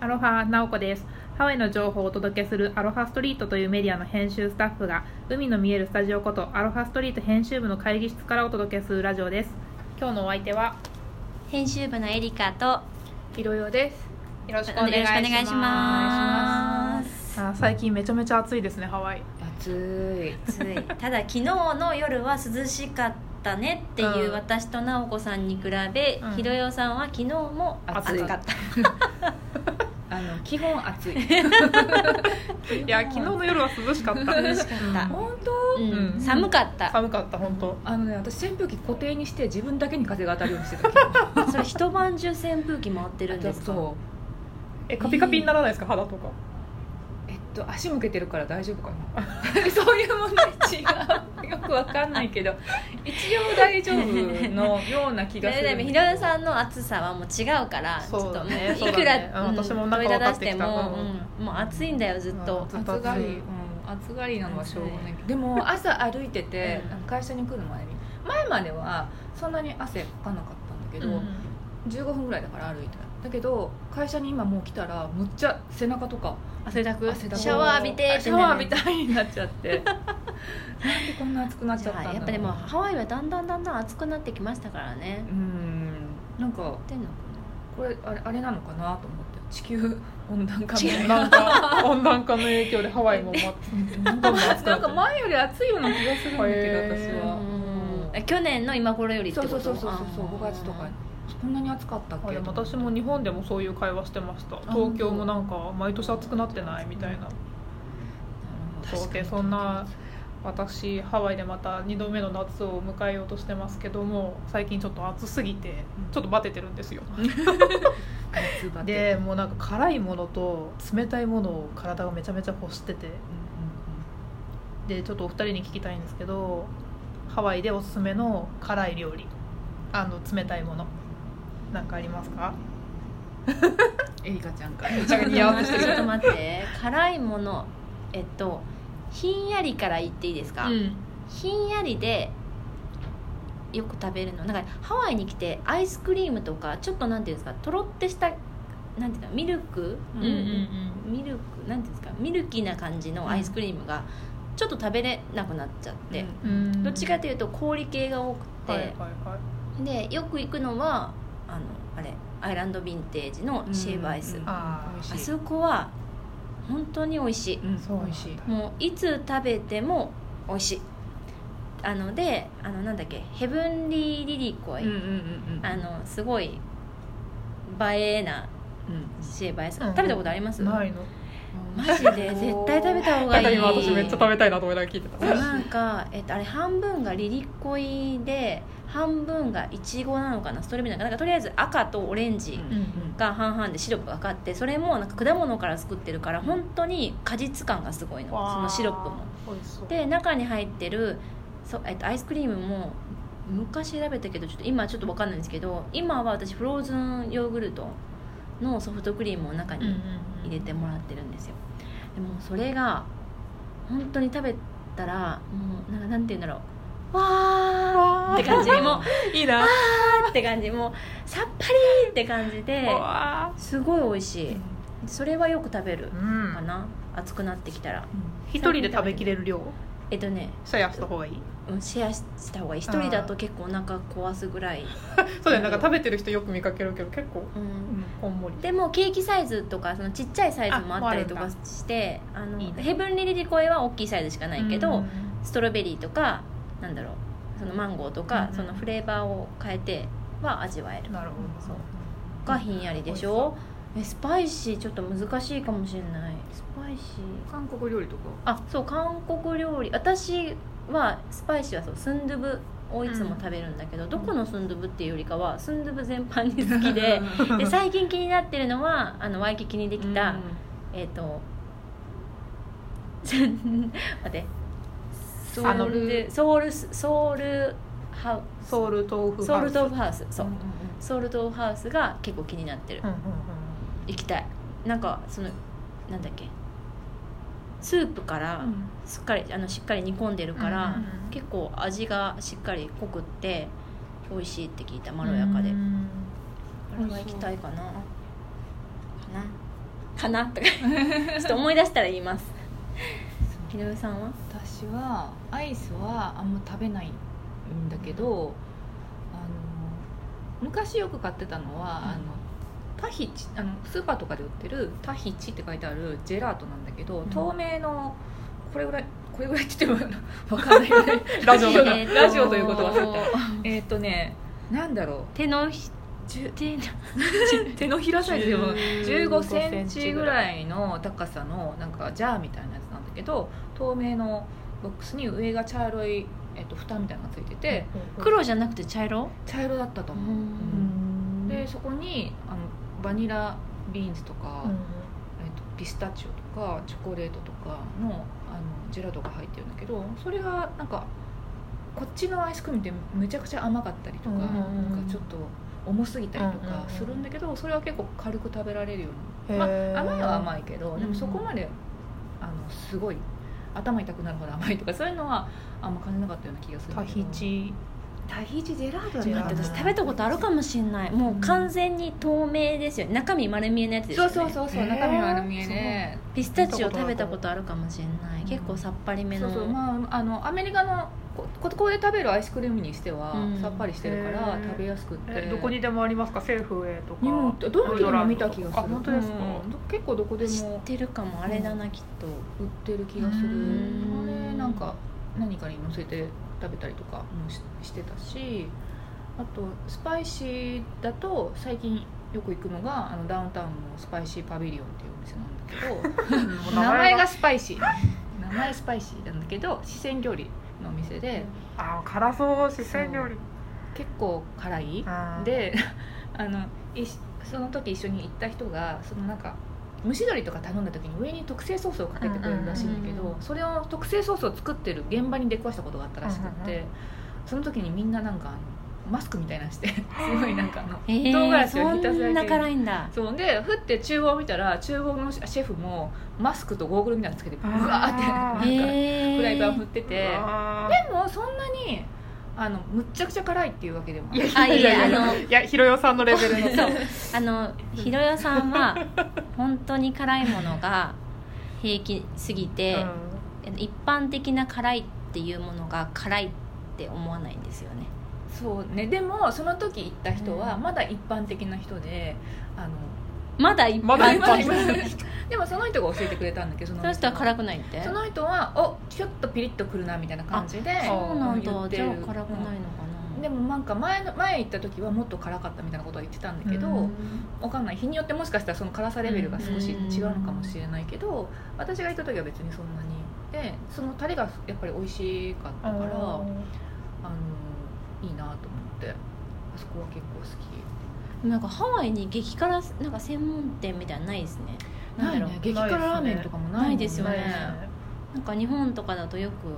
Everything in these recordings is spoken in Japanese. アロハなおこですハワイの情報をお届けするアロハストリートというメディアの編集スタッフが海の見えるスタジオことアロハストリート編集部の会議室からお届けするラジオです今日のお相手は編集部のエリカといろいろです。よろしくおよろ願いししくおます願いします。あ最近めちゃめちゃ暑いですねハワイ暑い。つい ただ昨日の夜は涼しかったねっていううん私と直子さんに比べ、うんひろよさんは昨日も暑い暑かった。あの基本暑い。いや昨日の夜は涼しかった涼しかった。本当？ううんんうん寒かった。寒かった本当あのね、私扇風機固定にして自分だけに風が当たるようにしてた。あそれ一晩中扇風機回ってるんですか。そえカピカピにならないですか肌とかう。えっと足向けてるから大丈夫かな。 そういう問題違う。よくわかんないけど、一応大丈夫のような気いやがすでもる。ひろよさんの暑さはもう違うから、ちそょっうとだもねういそくうだねうらん私もなん問か分いか出っしててきたもうんうんもう暑いんだよずっと。うん暑がずり、っと暑いうん、暑がりなのはしょうがないけどでも朝歩いててうん会社に来る前に前まではそんなに汗かかなかったんだけど、15分ぐらいだから歩いてだけど会社に今もう来たらむっちゃ背中とか汗だく汗だくシャワー浴びてシャワーみたいになっちゃって なんでこんな暑くなっちゃったんだろうやっぱでもハワイはだんだんだんだん暑くなってきましたからねう。んなんかってんのかこれあれあれなのかなと思って地球温暖化みたいななんか温暖化の影響でハワイもまなんかなんか前より暑いような気がするんだけどへー私なは。うんえ去年の今頃よりってそこうとそうそうそうそうあー5月とかそんなに暑かったっあけでも私も日本でもそういう会話してました東京もなんか毎年暑くなってないみたいなそうでそんな私ハワイでまた2度目の夏を迎えようとしてますけども最近ちょっと暑すぎてちょっとバテてるんですよ夏バテでもうなんか辛いものと冷たいものを体がめちゃめちゃ欲しててうでちょっとお二人に聞きたいんですけどハワイでおすすめの辛い料理あの冷たいものなんかありますかんうんうんエリカちゃんからちゃんが似合わせてるちょっと待って辛いものえっとひんやりから言っていいですか、んひんやりでよく食べるのなんかハワイに来てアイスクリームとかちょっとなんていうんですかとろってしたなんていうかミルク、うんうんうんミルクなんていうんですかミルキーな感じのアイスクリームがちょっと食べれなくなっちゃって、うんどっちかというと氷系が多くて、はいはいはいでよく行くのはあのあれアイランドヴィンテージのシェーブアイス、うんうんうんああー美味しいそこは本当に美味しい、うんそうなんだ美味しいもういつ食べても美味しいあのであのなんだっけヘブンリーリリコイ、うんうんあのすごい映えなシェーブアイス、うん食べたことありますないのマジで絶対食べた方がいなんかい今私めっちゃ食べたいなと思いながら聞いてたなんか、えっと、あれ半分がリリコイで半分がイチゴなのかなストレベリーなのかなんかとりあえず赤とオレンジうんうんが半々でシロップがかかってそれもなんか果物から作ってるから本当に果実感がすごいのそのシロップも美味しそうで中に入ってるそ、えっと、アイスクリームも昔調べたけどちょっと今ちょっと分かんないんですけど今は私フローズンヨーグルトのソフトクリームを中うんうんうにん入れてもらってるんですよでもそれが本当に食べたらもうなんかなんて言うんだろうわーって感じもういいなって感じもうさっぱりって感じでわすごい美味しいそれはよく食べるうかんな暑くなってきたら一人で食べきれる量えっとねシェアした方がいいうんシェアした方がいい一人だと結構お腹壊すぐらい、そうだよなんか食べてる人よく見かけるけど結構うんこんもりでもケーキサイズとかそのちっちゃいサイズもああったりともあかるしてあのいいねヘブンリリリコエは大きいサイズしかないけど、うんストロベリーとかなんだろうそのマンゴーとうか、んうんそのフレーバーを変えては味わえるなるほどそうがひんやりでしょえスパイシーちょっと難しいかもしれないスパイシー韓国料理とかあそう韓国料理私はスパイシーはそうスンドゥブをいつも食べるんだけど、どこのスンドゥブっていうよりかはスンドゥブ全般に好きでで最近気になってるのはあのワイキキにできた、えっ、と 待ってソあのウルソウルスソウルハウソウル豆腐ソウル豆腐腐ハウスそう、うんうんソウル豆腐ハウスが結構気になってる、うんうん行きたいなんかそのなんだっけスープからうんうんすっかり、あのしっかり煮込んでるから、うんうんうん結構味がしっかり濃くって美味しいって聞いたうまんろやかでうんこれは行きたいかなかなかなとか ちょっと思い出したら言います井上さんは私はアイスはあんま食べないんだけどあの昔よく買ってたのは、うんあのタヒチあのスーパーとかで売ってるタヒチって書いてあるジェラートなんだけど、ん透明のこれぐらいこれぐらいって言ってもわかんないよねラジオえだーラジオということはとえーっとねなんだろ手のひうじゅ手の 手のひらサイズでも1 15 5センチぐらいの高さのなんかジャーみたいなやつなんだけど透明のボックスに上が茶色い、えっと、蓋みたいなのがついてて 黒じゃなくて茶色茶色だったと思う、うんでそこにあのバニラビーンズとか、えっと、ピスタチオとかチョコレートとかのあのジェラートが入ってるんだけどそれがなんかこっちのアイスクリームってめちゃくちゃ甘かったりとか,、うんうんうんなんかちょっと重すぎたりとうんうんかうんするんだけど、それは結構軽く食べられるようにままあ、甘いは甘いいけどでもそこまで、あのすごい頭痛くなるほど甘いとかそういうのはあんま感じなかったような気がするタヒチタヒチジェラートジェだラっーてト私食べたことあるかもしれないもう完全に透明ですよね中身丸見えのやつですよそねうそうそうそう、えー中身丸見えねピスタチオ食べたことあるかもしれないうん結構さっぱりめそうのそうまああのアメリカのこここで食べるアイスクリームにしては、うんさっぱりしてるからへー食べやすくって、えどこにでもありますかセーフウェイとかにもどこにでも見た気がするあ本当ですかうん結構どこで知っもてるかもあれだなきっと売ってる気がするうんあれなんか何かに乗せて食べたりとかもししてたしあとスパイシーだと最近よく行くのがあのダウンタウンのスパイシーパビリオンっていうお店なんだけ もうど名前がスパイシー名前スパイシーなんだけど四川料理のお店であ辛そう四川料理結構辛いあーで あのいしその時一緒に行った人がそのなんか蒸し鶏とか頼んだ時に上に特製ソースをかけてくれるらしいんだけど、うんうんうんそれを特製ソースを作ってる現場に出くわしたことがあったらしくって、うんその時にみんななんかあのマスクみたいなのしてすごいなんかあのえー唐辛子そをひたすらん入れなて辛いんだそうでふって厨房を見たら厨房のシェフもマスクとゴーグルみたいなのつけてうわーってなんあかーえーフライパン振ってて、あでもそんなにあのむっちゃくちゃ辛いっていうわけでもーあいややいやあの いやひろよさんのレベルのそうあのひろやさんは本当に辛いものが平気すぎて、一般的な辛いっていうものが辛いって思わないんですよねそうねでもその時行った人はうんまだ一般的な人で、あのまだ一般まだ一的般的でもその人が教えてくれたんだけどそのその人は辛くないってその人はおちょっとピリッとくるなみたいな感じであそうなん言だってじるゃあ辛くないのかな、うんでもなんか前の前行った時はもっと辛かったみたいなことは言ってたんだけど、わかんない日によってもしかしたらその辛さレベルが少し違うのかもしれないけど、私が行った時は別にそんなにでそのタレがやっぱり美味しかったからあのいいなと思ってあそこは結構好き。なんかハワイに激辛なんか専門店みたいなのないですねなんだろう、激辛ラーメンとかもないもんないですよねなんか日本とかだとよく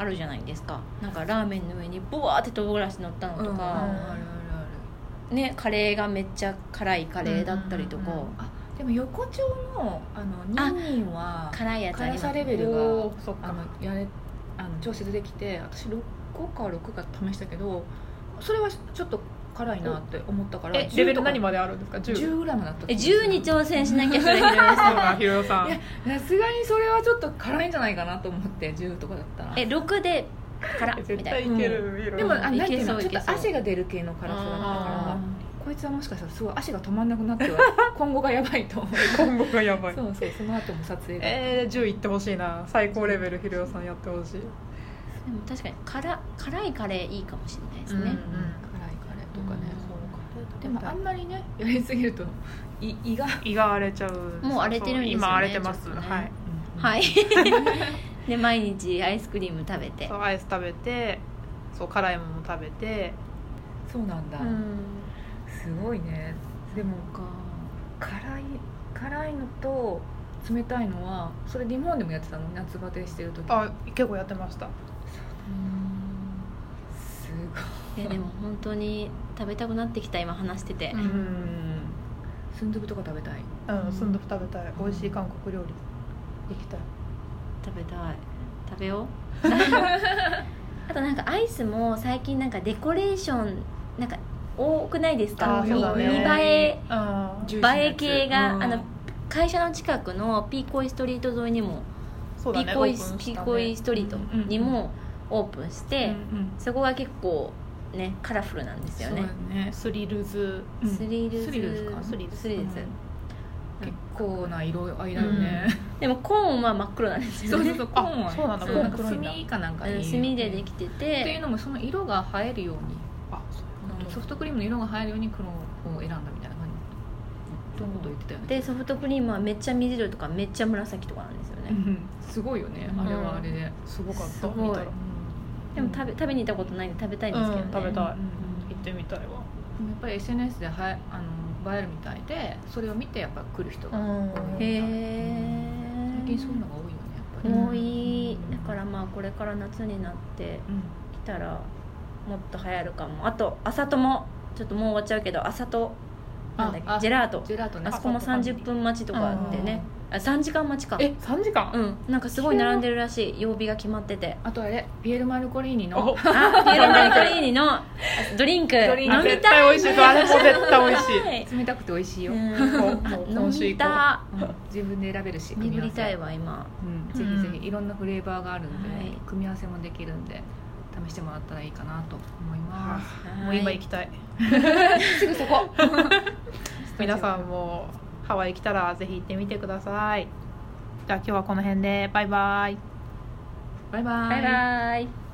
あるじゃないですかなんかラーメンの上にボワーって唐辛子乗ったのとうんか、あるあるあるねカレーがめっちゃ辛いカレーだったりとか、うんうんうんあでも横丁のあのニンニンは辛いやつあり辛ますさレベルがおーそっあかのやれあの調節できて私6個か6か試したけどそれはちょっと辛いなって思ったからえレベル何まであるんですか 10? 10グラムだったえ10にょ挑戦しなきゃそ れひろやさんはひろよさいやんさすがにそれはちょっと辛いんじゃないかなと思って10とかだったらえ6で辛み絶た対いいけるひろでよもさあんなんていうのいちけそうょっと汗が出る系の辛さだったからなあこいつはもしかしたらすごい足が止まんなくなっては 今後がやばいと思う今後がやばいそうそうその後も撮影がえー、10いってほしいな最高レベルひろよさんやってほしいでも確かに辛辛いカレーいいかもしれないですうんね、辛いカレーとかね、うんでもあんまりねやりすぎると胃胃が、胃が荒れちゃうもう荒れてるんですよね今荒れてます、ちょっとねはいはいで毎日アイスクリーム食べてそうアイス食べてそう辛いもの食べて、そうなんだ、すごいねでもそっか辛い辛いのと冷たいのはそれ日本でもやってたの夏バテしてる時あ結構やってましたすいやでも本当に食べたくなってきた今話しててうごんい、うん、スンドゥブとか食べたいうんスンドゥブ食べたい美味しい韓国料理行きたい食べたい食べよう あとなんかアイスも最近なんかデコレーションなんか多くないですかあーそうだね見見栄えあジュ映ーシーなやえつ系が、うんあの会社の近くのピーコイストリート沿いにも、そうピだねーコイオープンしピたーねコイストリートにもオープンしうんうて、んそこが結構ねカラフルなんですよねそうだねスリルズ、うんスリルズスリルズかスリルズ結構な色合いだよね、でもコーンは真っ黒なんですよそうねそうそうコーンはあそうなんだコーンなんか黒いんだ炭かなんかうんに炭でできててっていうてのもその色が映えるようにあそうソフトクリームの色が入るように黒を選んだみたいな感じのこと言ってた よねでソフトクリームはめっちゃ緑とかめっちゃ紫とかなんですよね、うんすごいよねうんあれはあれで、すごかっすたごい見たら行でも食べ食べに行ったことないんで食べたいんですけどね、うん食べたいうん行ってみたいわやっぱり SNS ではやあの映えるみたいでそれを見てやっぱ来る人がうんへうん最え近そういうのが多いよねやっぱり、多いだからまあこれから夏になってう来たらもっと流行るかもあとあさともちょっともう終わっちゃうけどあさとなんだっああけジェラートんジェラートねあそこも30分待ちとかあってねあ3時間待ちかえ三時間うんなんかすごい並んでるらしい曜日が決まっ ててあとあれピエール・マルコリーニのおあピエロマルコリー ニのドリンクドリン飲クみ絶たい対美味しいぞあれも絶対美味し い冷たくて美味しいよ、うんもうもう飲今週み行こうたうん自分で選べるし組み巡合わりせたいわ今うん、ぜひぜひいろんなフレーバーがあるんで、はい組み合わせもできるんで試してもらったらいいかなと思いはます、あもう今行ききたい すぐそこ 皆さんもハワイ来たらぜひ行ってみてくださいじゃあ今日はこの辺でバイバイバイバイバイバイ